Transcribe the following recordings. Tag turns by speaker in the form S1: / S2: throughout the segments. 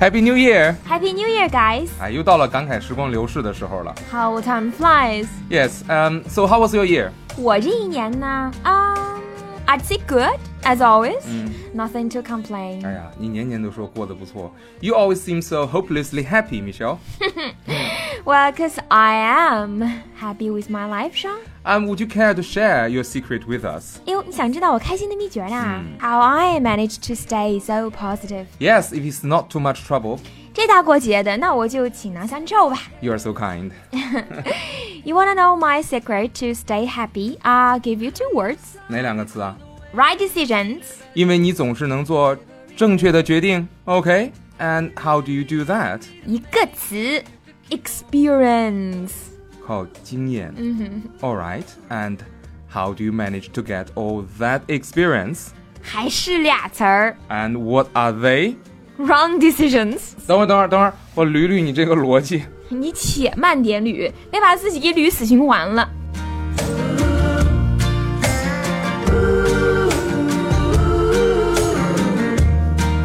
S1: Happy New Year！
S2: Happy New Year, guys!
S1: 哎，又到了感慨时光流逝的时候了。
S2: How time flies!
S1: Yes, um, so how was your year?
S2: 我这一年呢，嗯、i d say good as always.
S1: 嗯，
S2: Nothing to complain.
S1: 哎呀，你年年都说过得不错。You always seem so hopelessly happy, Michelle.
S2: Well, cause I am happy with my life, Sean.
S1: Um, would you care to share your secret with us?
S2: 哎呦，你想知道我开心的秘诀啦、h o w I manage to stay so positive.
S1: Yes, if it's not too much trouble.
S2: 这大过节的，那我就倾囊相授吧。
S1: You are so kind.
S2: You wanna know my secret to stay happy? I'll give you two words.
S1: 哪两个词啊？
S2: Right decisions.
S1: 因为你总是能做正确的决定。OK, and how do you do that?
S2: 一个词，experience.
S1: 靠经验。All right, and how do you manage to get all that experience?
S2: 还是俩词儿
S1: And what are they?
S2: ，wrong decisions。
S1: 等会儿，等会儿，等会儿，我捋捋你这个逻辑。
S2: 你且慢点捋，别把自己给捋死循环了。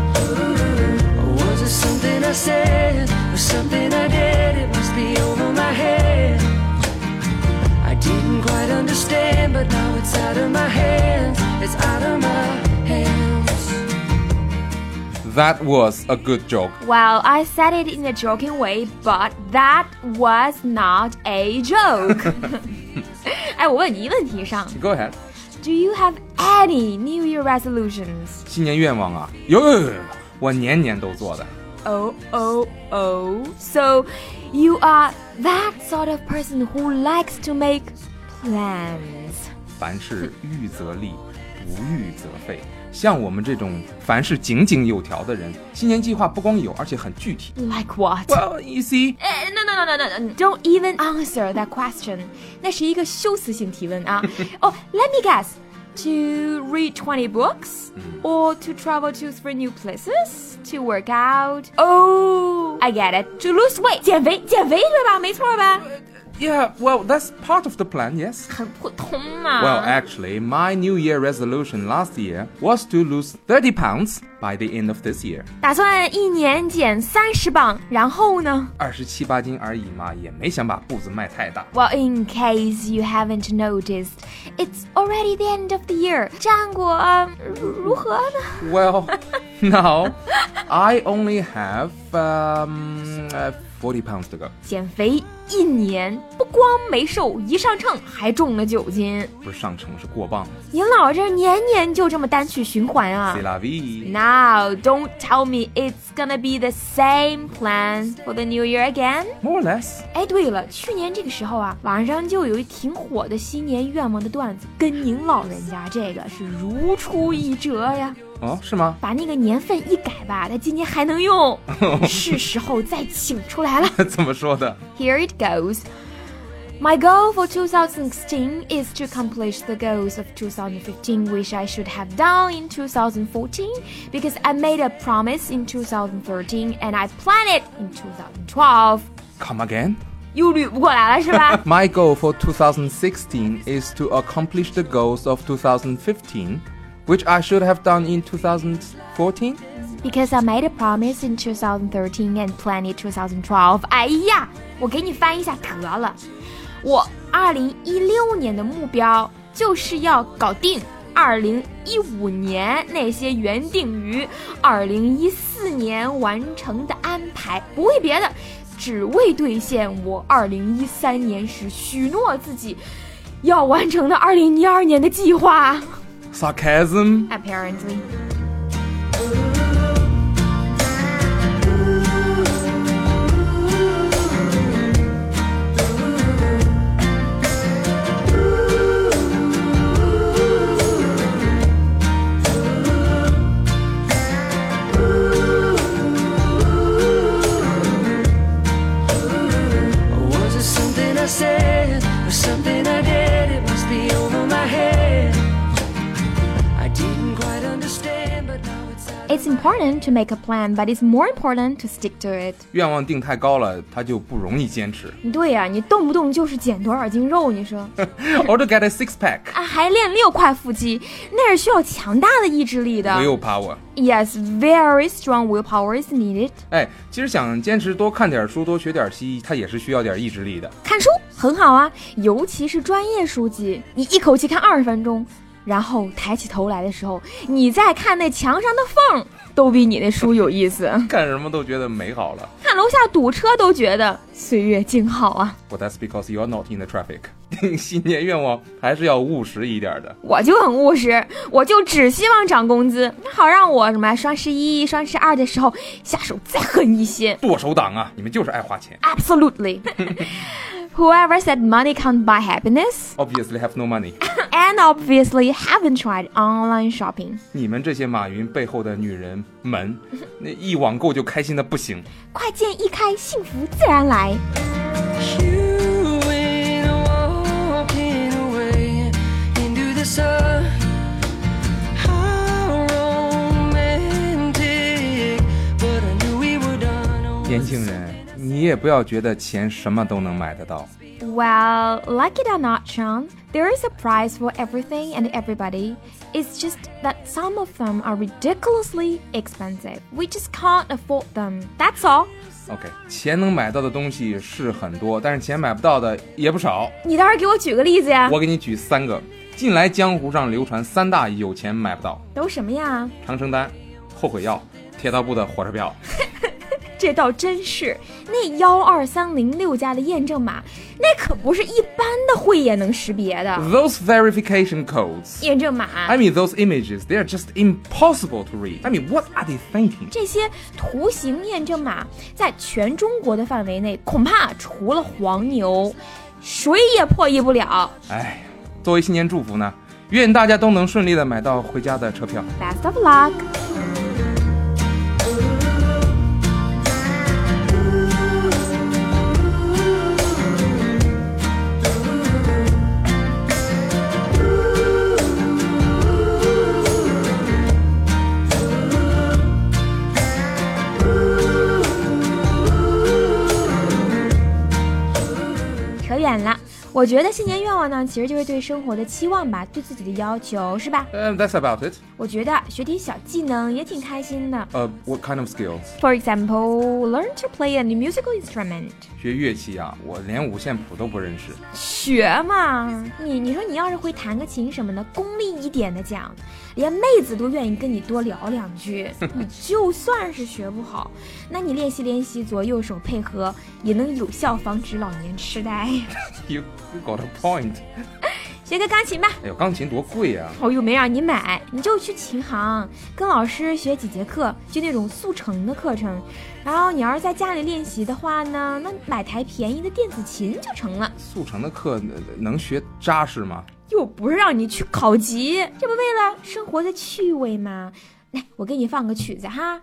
S3: Or was it something I said? Or something I did? It must be over my head. I didn't quite understand, but now it's out of my hands. It's out of my hands.
S1: That was a good joke.
S2: Well, I said it in a joking way, but that was not a joke. 哎，我问你一问题上
S1: Go ahead.
S2: ，Do you have any New Year resolutions?
S1: 新年愿望啊，有有有有，有我年年都做的。
S2: Oh, oh, oh. So, you are that sort of person who likes to make plans.
S1: 凡事预则立，不预则废。像我们这种凡事井井有条的人，新年计划不光有，而且很具体。
S2: Like what?
S1: Well, you see.
S2: Eh, No, no, no, no, no, no. Don't even answer that question. 那是一个羞耻性提问啊。哦、l e t me guess. To read 20 books? Or to travel to three new places? To work out? Oh, I get it. To lose weight. 减肥，减肥对吧？没错吧？
S1: Yeah, well, that's part of the plan, yes.
S2: 很普通嘛。
S1: Well, actually, my New Year resolution last year was to lose 30 pounds by the end of this year.
S2: 打算一年减三十磅，然后呢？
S1: 二十七八斤而已嘛，也没想把步子迈太大。
S2: Well, in case you haven't noticed, it's already the end of the year. 战果、呃如何呢？
S1: Well, now I only have um, uh, 40 pounds to go.
S2: 减肥一年，不光没瘦，一上秤还重了九斤。
S1: 不是上乘，是过磅。
S2: 您老这年年就这么单曲循环啊
S1: C'est la vie.
S2: ！Now don't tell me it's gonna be the same plan for the new year again。
S1: More or less.
S2: 哎，对了，去年这个时候啊，网上就有一挺火的新年愿望的段子，跟您老人家这个是如出一辙呀。
S1: 哦，是吗？
S2: 把那个年份一改吧，它今年还能用，是时候再请出来了。
S1: 怎么说的
S2: Here it goes. My goal for 2016 is to accomplish the goals of 2015, which I should have done in 2014, because I made a promise in 2013 and I planned it in 2012.
S1: ？Come again.
S2: 又 捋不过来了是吧
S1: My goal for 2016 is to accomplish the goals of 2015, which I should have done in 2014.
S2: ？Because I made a promise in 2013 and planned it 2012. 哎呀，我给你翻一下得了。我二零一六年的目标就是要搞定二零一五年那些原定于二零一四年完成的安排，不为别的，只为兑现我二零一三年时许诺自己要完成的二零一二年的计划。
S1: Sarcasm.
S2: Apparently.
S3: Or was it something I said? Or something I did? It must be over my head. I didn't quite understand, but now it's out of
S2: It's important to make a plan, but it's more important to stick to it.
S1: 愿望定太高了，他就不容易坚持。
S2: 对呀、你动不动就是减多少斤肉， 你说
S1: Or to get a six pack,
S2: 啊，还练六块腹肌，那是需要强大的意志力的。
S1: 哎 willpower。
S2: Yes, very strong willpower is needed.
S1: 哎，其实想坚持多看点书，多学点西医，它也是需要点意志力的。
S2: 看书很好啊，尤其是专业书籍，你一口气看二十分钟，然后抬起头来的时候，你再看那墙上的缝，都比你那书有意思。
S1: 干什么都觉得美好了。
S2: 看楼下堵车都觉得岁月静好啊！
S1: But that's because you're not in the traffic 。 新年愿望还是要务实一点的。
S2: 我就很务实，我就只希望涨工资，好让我什么双十一、双十二的时候下手再狠一些。
S1: 剁手党啊，你们就是爱花钱。
S2: Absolutely. Whoever said money can't buy happiness,
S1: Obviously have no money。
S2: and obviously haven't tried online shopping.
S1: 你们这些马云背后的女人们，那一网购就开心的不行。
S2: 快剑一开，幸福自然来。
S3: You ain't walking away into the sun. How romantic, but I knew we were done. Oh,
S1: 年轻人，你也不要觉得钱什么都能买得到。
S2: Well, like it or not, Sean, there is a price for everything and everybody. It's just that some of them are ridiculously expensive. We just can't afford them. That's all.
S1: OK，钱能买到的东西是很多，但是钱买不到的也不少。
S2: 你倒是给我举个例子呀？
S1: 我给你举三个，近来江湖上流传三大有钱买不到：
S2: 都什么呀？
S1: 长生丹、后悔药、铁道部的火车票。
S2: 这倒真是，那幺二三零六家的验证码，那可不是一般的慧眼能识别的。
S1: Those verification codes.
S2: 验证码
S1: I mean, those images, they are just impossible to read. I mean, what are they thinking?
S2: 这些图形验证码在全中国的范围内，恐怕除了黄牛，谁也破译不了。
S1: 哎，作为新年祝福呢，愿大家都能顺利的买到回家的车票。
S2: Best of luck！扯远了。我觉得新年愿望呢，其实就是对生活的期望吧，对自己的要求，是吧？
S1: And Uh, that's about it.
S2: 我觉得学点小技能也挺开心的。
S1: Uh, what kind of skills?
S2: For example, learn to play a musical instrument。
S1: 学乐器啊，我连五线谱都不认识。
S2: 学嘛，你你说你要是会弹个琴什么的，功利一点的讲，连妹子都愿意跟你多聊两句。你就算是学不好，那你练习练习左右手配合，也能有效防止老年痴呆。
S1: You you got a point.
S2: 学个钢琴吧，
S1: 哎呦，钢琴多贵啊！
S2: 我哦又没让你买，你就去琴行跟老师学几节课，就那种速成的课程。然后你要是在家里练习的话呢，那买台便宜的电子琴就成了。
S1: 速成的课呃能学扎实吗？
S2: 又不是让你去考级，这不为了生活的趣味吗？来，我给你放个曲子哈。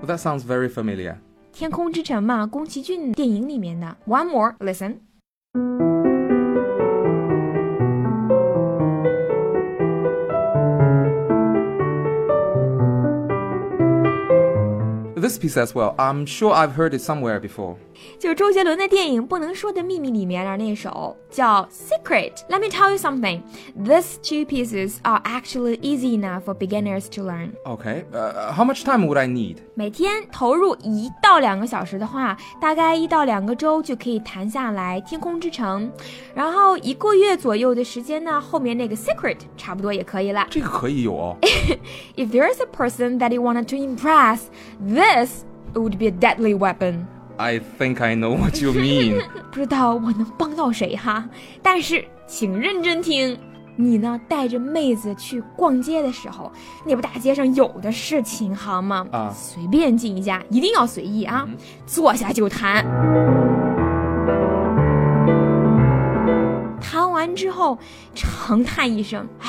S1: Well, that sounds very familiar.
S2: 《天空之城》嘛，宫崎骏电影里面的。One more, listen.
S1: This piece as well. I'm sure I've heard it somewhere before.
S2: 就是周杰伦的电影《不能说的秘密》里面的那首叫《Secret》。Let me tell you something. These two pieces are actually easy enough for beginners to learn.
S1: Okay. Uh, how much time would I need?
S2: 每天投入一到两个小时的话，大概一到两个周就可以弹下来《天空之城》，然后一个月左右的时间呢，后面那个 Secret 差不多也可以了。
S1: 这个可以有哦。
S2: If there is a person that you wanted to impress, this would be a deadly weapon.
S1: I think I know what you mean.
S2: 不知道我能帮到谁哈，但是请认真听。你呢，带着妹子去逛街的时候，那不大街上有的是琴行吗？
S1: 啊
S2: 随便进一家，一定要随意啊，坐下就弹。弹完之后，长叹一声，唉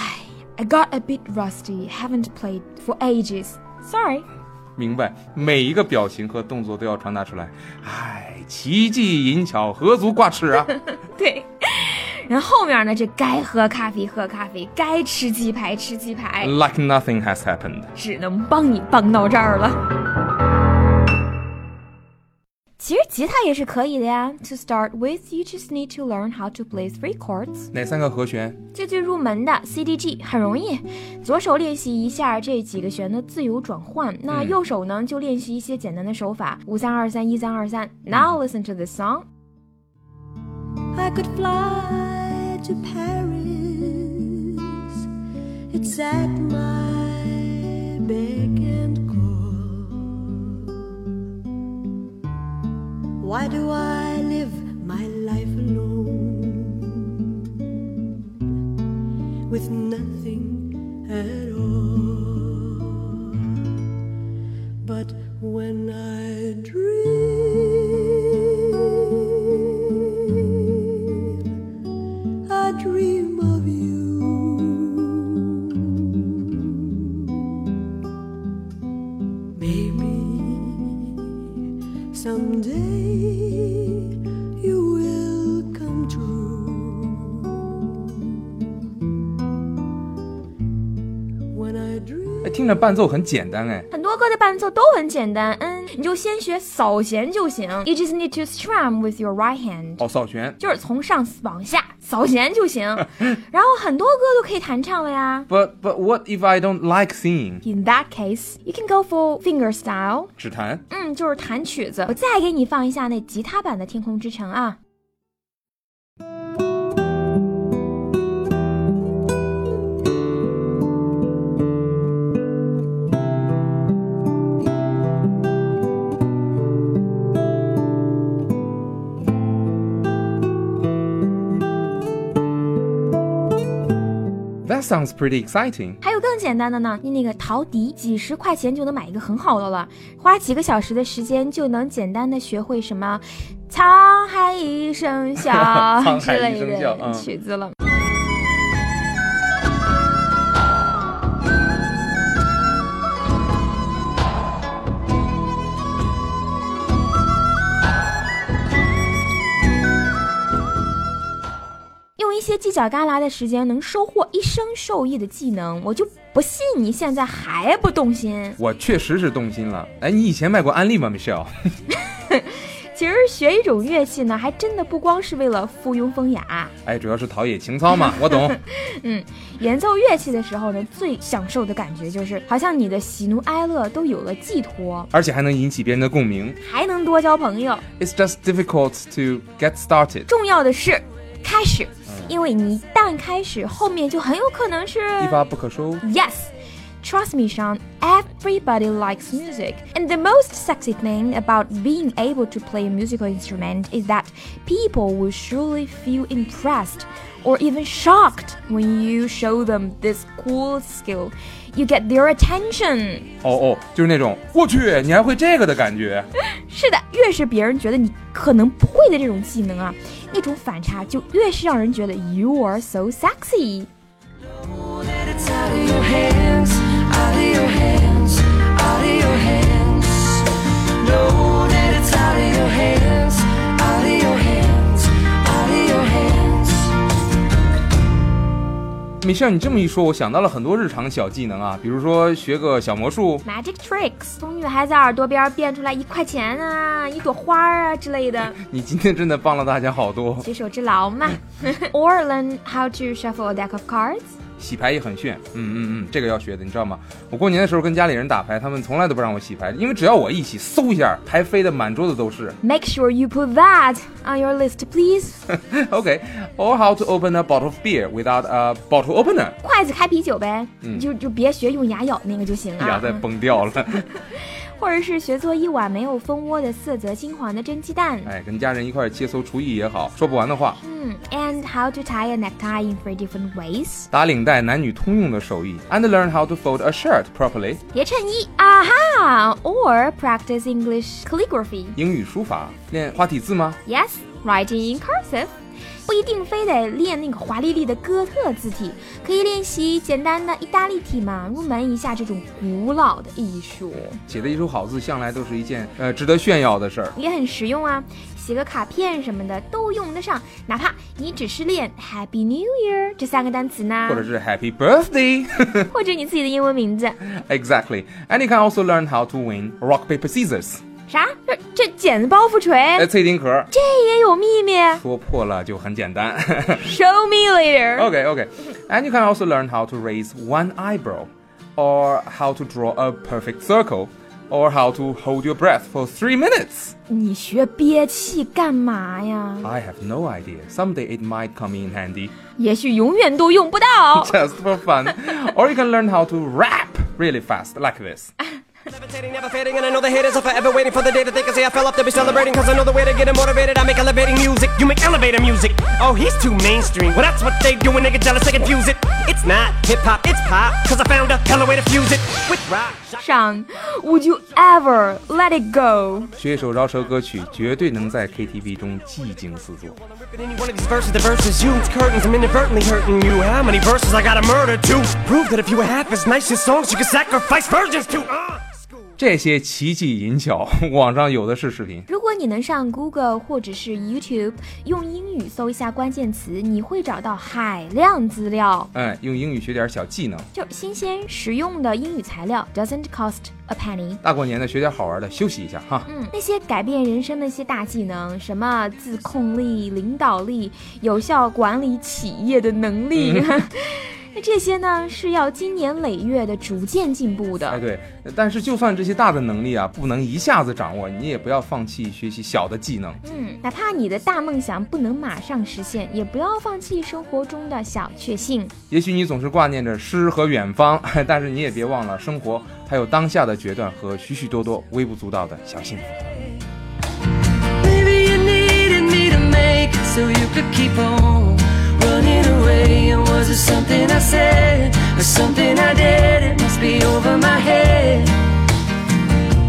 S2: ，I got a bit rusty, haven't played for ages. Sorry.
S1: 明白每一个表情和动作都要传达出来。唉，奇技淫巧，何足挂齿啊！
S2: 对。然后后面呢，这该喝咖啡喝咖啡，该吃鸡排吃鸡排，
S1: Like nothing has happened。
S2: 只能帮你帮到这儿了。其实吉他也是可以的呀。To start with, you just need to learn how to play three chords，
S1: 哪三个和弦？
S2: 这最入门的 C D G 很容易。左手练习一下这几个弦的自由转换，那
S1: 嗯
S2: 右手呢就练习一些简单的手法，五三二三一三二三。Now listen to this song.
S4: I could fly to Paris. It's at my beck and call. Why do I live my life alone with nothing at all? But when I dream, I dream of you. Maybe someday you will come true. When I dream.
S1: 哎，听着伴奏很简单哎，
S2: 很多歌的伴奏都很简单，嗯，你就先学扫弦就行。You just need to strum with your right hand，、
S1: 哦，扫弦。
S2: 就是从上往下扫弦就 行。然后很多歌都可以弹唱了呀。
S1: But but what if I don't like singing？
S2: In that case, you can go for finger style，
S1: 只弹。
S2: 嗯，就是弹曲子。我再给你放一下那吉他版的《天空之城》啊。
S1: That sounds pretty exciting。
S2: 还有更简单的呢，你那个陶笛，几十块钱就能买一个很好的了，花几个小时的时间就能简单的学会什么“沧海一声笑
S1: 沧”
S2: 之
S1: 海一
S2: 类
S1: 声笑
S2: 的
S1: 嗯
S2: 曲子了。用一些犄角旮旯的时间，能收获一生受益的技能，我就不信你现在还不动心。
S1: 我确实是动心了。哎，你以前卖过安利吗，Michelle？
S2: 其实学一种乐器呢，还真的不光是为了附庸风雅。
S1: 哎，主要是陶冶情操嘛，我懂。
S2: 演奏乐器的时候呢，最享受的感觉就是，好像你的喜怒哀乐都有了寄托，
S1: 而且还能引起别人的共鸣。
S2: 还能多交朋友。
S1: It's just difficult to get started。
S2: 重要的是，开始，因为你一旦开始，后面就很有可能是
S1: 一发不可收。
S2: Yes. Trust me, Sean, everybody likes music. And the most sexy thing about being able to play a musical instrument is that people will surely feel impressed or even shocked when you show them this cool skill. You get their attention.
S1: 哦哦，就是那种我去，你还会这个的感觉。
S2: 是的，越是别人觉得你可能不会的这种技能啊，那种反差就越是让人觉得 you are so sexy。
S3: Know that it's out of your hands, out of your hands, out of your hands. Know that it's out of your hands, out of your hands, out of your hands.
S1: 米歇尔，你这么一说，我想到了很多日常小技能啊，比如说学个小魔术，
S2: Magic tricks，从女孩子耳朵边变出来一块钱啊，一朵花啊之类的，
S1: 你今天真的帮了大家好多。
S2: 举手之劳嘛。Or learn how to shuffle a deck of cards。
S1: 洗牌也很炫，嗯嗯嗯，这个要学的，你知道吗？我过年的时候跟家里人打牌，他们从来都不让我洗牌，因为只要我一洗，嗖一下，牌飞的满桌子都是。
S2: Make sure you put that on your list, please。
S1: OK，or、how to open a bottle of beer without a bottle opener，
S2: 筷子开啤酒呗，你就就别学用牙咬那个就行
S1: 牙
S2: 啊。
S1: 在哎崩掉了。
S2: 或者是学做一碗没有蜂窝的色泽金黄的蒸鸡蛋。
S1: 哎，跟家人一块儿切磋厨艺也好，说不完的话。
S2: 嗯，and how to tie a necktie in three different ways。
S1: 打领带男女通用的手艺，and learn how to fold a shirt properly，
S2: 叠衬衣啊哈，or practice English calligraphy。
S1: 英语书法，练花体字吗？
S2: Yes, writing in cursive。不一定非得练那个华丽丽的哥特字体，可以练习简单的意大利体嘛，入门一下这种古老的艺术，
S1: 写的一手好字向来都是一件呃值得炫耀的事儿。
S2: 也很实用啊。写个卡片什么的都用得上，哪怕你只是练 Happy New Year 这三个单词呢
S1: 或，者是 Happy Birthday，exactly。
S2: 或者你自己的英文名字，
S1: And you can also learn how to win rock paper scissors，
S2: 啥？这这剪子包袱锤，
S1: 哎，脆丁壳儿
S2: 这也有秘密
S1: 说破了就很简单。
S2: ？Show me later。
S1: Okay, okay. And you can also learn how to raise one eyebrow, or how to draw a perfect circle, or how to hold your breath for three minutes.
S2: 你学憋气干嘛呀？
S1: I have no idea. Someday it might come in handy,
S2: 也许永远都用不到。
S1: just for fun. or you can learn how to rap really fast, like this.
S5: Levitating, never fading, and I know the haters are forever waiting for the day that they can say I fell off. They'll be celebrating, cause I know the way to get 'em motivated. I make elevating music, you make elevator music. Oh, he's too mainstream. Well, that's what they do when they get jealous, they confuse it. It's not hip hop, it's pop, cause I found a hella way to fuse it with rock. shock.
S2: 上，Would you ever let it go？
S1: 学一首饶舌歌曲，绝对能在 KTV 中技惊四座。
S5: I'm ripping any one of these verses, the verses, you, it's curtains. I'm inadvertently hurting you. How many verses I gotta murder to prove that if you were half as nice as songs, you could sacrifice virgins to. Uh.
S1: 这些奇技淫巧， 网上有的是视频。
S2: 如果你能上 Google 或者是 YouTube 用英语搜一下关键词，你会找到海量资料，
S1: 哎，用英语学点小技能，
S2: 就是新鲜实用的英语材料，doesn't cost a penny。
S1: 大过年的学点好玩的，休息一下哈。
S2: 嗯，那些改变人生的一些大技能，什么自控力、领导力、有效管理企业的能力， 那这些呢是要经年累月的逐渐进步的。
S1: 哎，对，但是就算这些大的能力啊，不能一下子掌握，你也不要放弃学习小的技能。
S2: 嗯，哪怕你的大梦想不能马上实现，也不要放弃生活中的小确幸。
S1: 也许你总是挂念着诗和远方， 但是你也别忘了，生活还有当下的决断和许许多多微不足道的小幸福。
S3: Maybe you needed me to make it so you could keep on running away. And was it something I said or something I did? It must be over my head.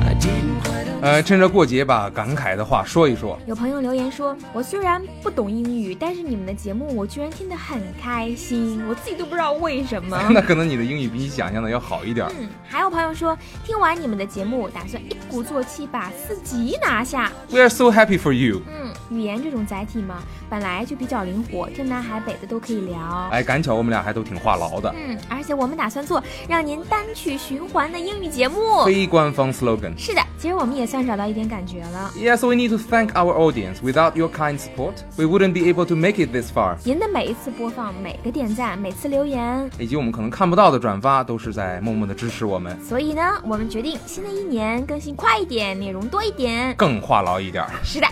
S3: I didn't quite understand.
S1: 呃，趁着过节把感慨的话说一说。
S2: 有朋友留言说：“我虽然不懂英语，但是你们的节目我居然听得很开心，我自己都不知道为什么。
S1: 那可能你的英语比你想象的要好一点儿”。
S2: 嗯，还有朋友说，听完你们的节目，打算一鼓作气把四级拿下。
S1: We are so happy for you。
S2: 嗯，语言这种载体嘛，本来就比较灵活，天南海北的都可以聊。
S1: 哎，赶巧我们俩还都挺话痨的。
S2: 嗯，而且我们打算做让您单曲循环的英语节目。
S1: 非官方 slogan。
S2: 是的，其实我们也算找到一点感觉了。
S1: Yes, we need to thank our audience. Without your kind support, we wouldn't be able to make it this far.
S2: 您的每一次播放、每个点赞、每次留言，
S1: 以及我们可能看不到的转发，都是在默默的支持我们，
S2: 所以呢，我们决定新的一年更新快一点，内容多一点。
S1: 更话痨一点儿。
S2: 是的，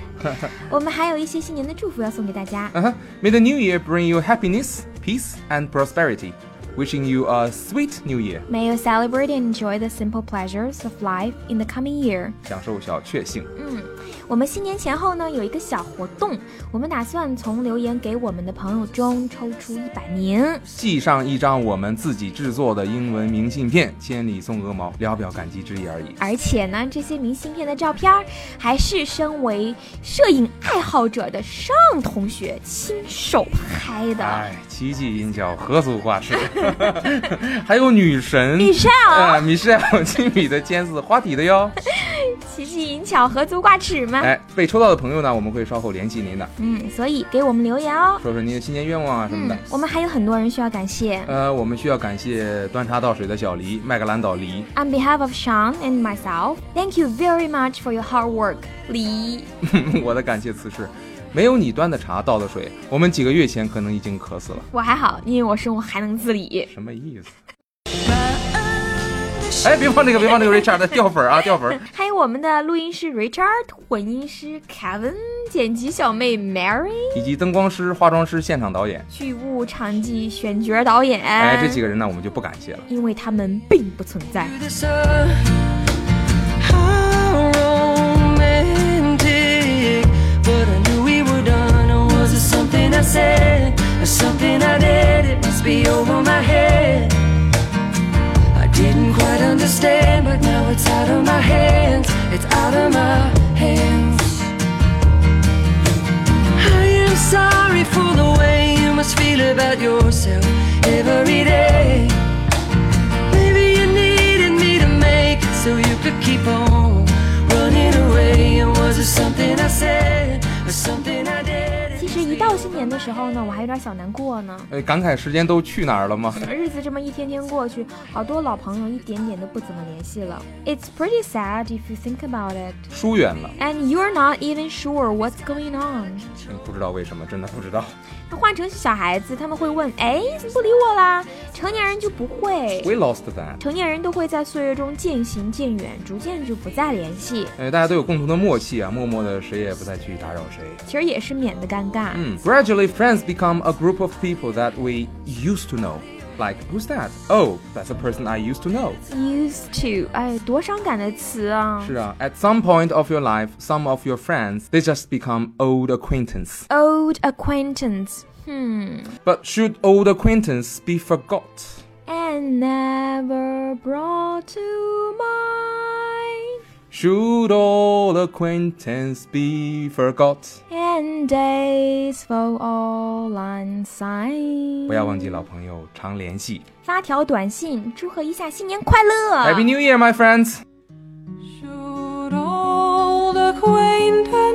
S2: 我们还有一些新年的祝福要送给大家。
S1: Uh-huh. May the new year bring you happiness, peace, and prosperity. Wishing you a sweet new year，
S2: May you celebrate and enjoy the simple pleasures of life in the coming year。
S1: 享受小确幸。
S2: 我们新年前后呢有一个小活动，我们打算从留言给我们的朋友中抽出一百名。
S1: 寄上一张我们自己制作的英文明信片，千里送鹅毛，聊表感激之意而已。
S2: 而且呢，这些明信片的照片儿还是身为摄影爱好者的尚同学亲手拍的。
S1: 哎，奇迹阴巧，何足挂 齿。还有女神
S2: 米歇尔
S1: 哎米歇尔金米的尖刺花体的哟。
S2: 奇技淫巧，何足挂齿嘛。
S1: 哎，被抽到的朋友呢，我们会稍后联系您的，
S2: 嗯，所以给我们留言哦。
S1: 说说您的新年愿望啊什么的
S2: 嗯。，我们还有很多人需要感谢。
S1: 呃，我们需要感谢端茶倒水的小黎，麦格兰岛黎，
S2: On behalf of Sean and myself, thank you very much for your hard work，李。
S1: 我的感谢词是：没有你端的茶倒的水，我们几个月前可能已经渴死了。
S2: 我还好，因为我生活还能自理。
S1: 什么意思？哎，别放这个，别放这个 Richard 掉粉儿啊，掉粉儿！
S2: 还有我们的录音师 Richard、混音师 Kevin、剪辑小妹 Mary、
S1: 以及灯光师、化妆师、现场导演，
S2: 剧务场记选角导演。
S1: 哎，这几个人呢，我们就不感谢了。
S2: 因为他们并不存在。
S3: this earth. How romantic. But I knew we were done. Or was it something I said? Or something I did? It must be over my head. I didn't quite understand, but now it's out of my hands. It's out of my hands. but yourself every day. Maybe you needed me to make it so you could keep on running away. And was it something I said or something I did?
S2: 其实一到新年的时候呢，我还有点小难过呢。
S1: 呃，感慨时间都去哪儿了吗？
S2: 日子这么一天天过去，好多老朋友一点点都不怎么联系了。It's pretty sad if you think about it,
S1: 疏远了，
S2: and you're not even sure what's going on。
S1: 嗯不知道为什么，真的不知道。
S2: 那换成小孩子，他们会问：“哎，怎么不理我啦？”成年人就不会，
S1: We lost that。
S2: 成年人都会在岁月中渐行渐远，逐渐就不再联系，
S1: 呃，大家都有共同的默契啊，默默的谁也不再去打扰谁。
S2: 其实也是免得尴尬。
S1: 嗯，gradually friends become a group of people that we used to know. Like who's that? Oh, that's a person I used to know.
S2: Used to，哎，多伤感的词啊！
S1: 是啊，at some point of your life, some of your friends they just become old acquaintance.
S2: Old acquaintance，hmm,
S1: But should old acquaintance be forgot?
S2: and never brought to mind,
S1: Should old acquaintance be forgot?
S2: and days for all unsigned。
S1: 不要忘记老朋友常联系。
S2: 发条短信祝贺一下新年快乐。
S1: Happy New Year, my friends!
S4: Should old acquaintance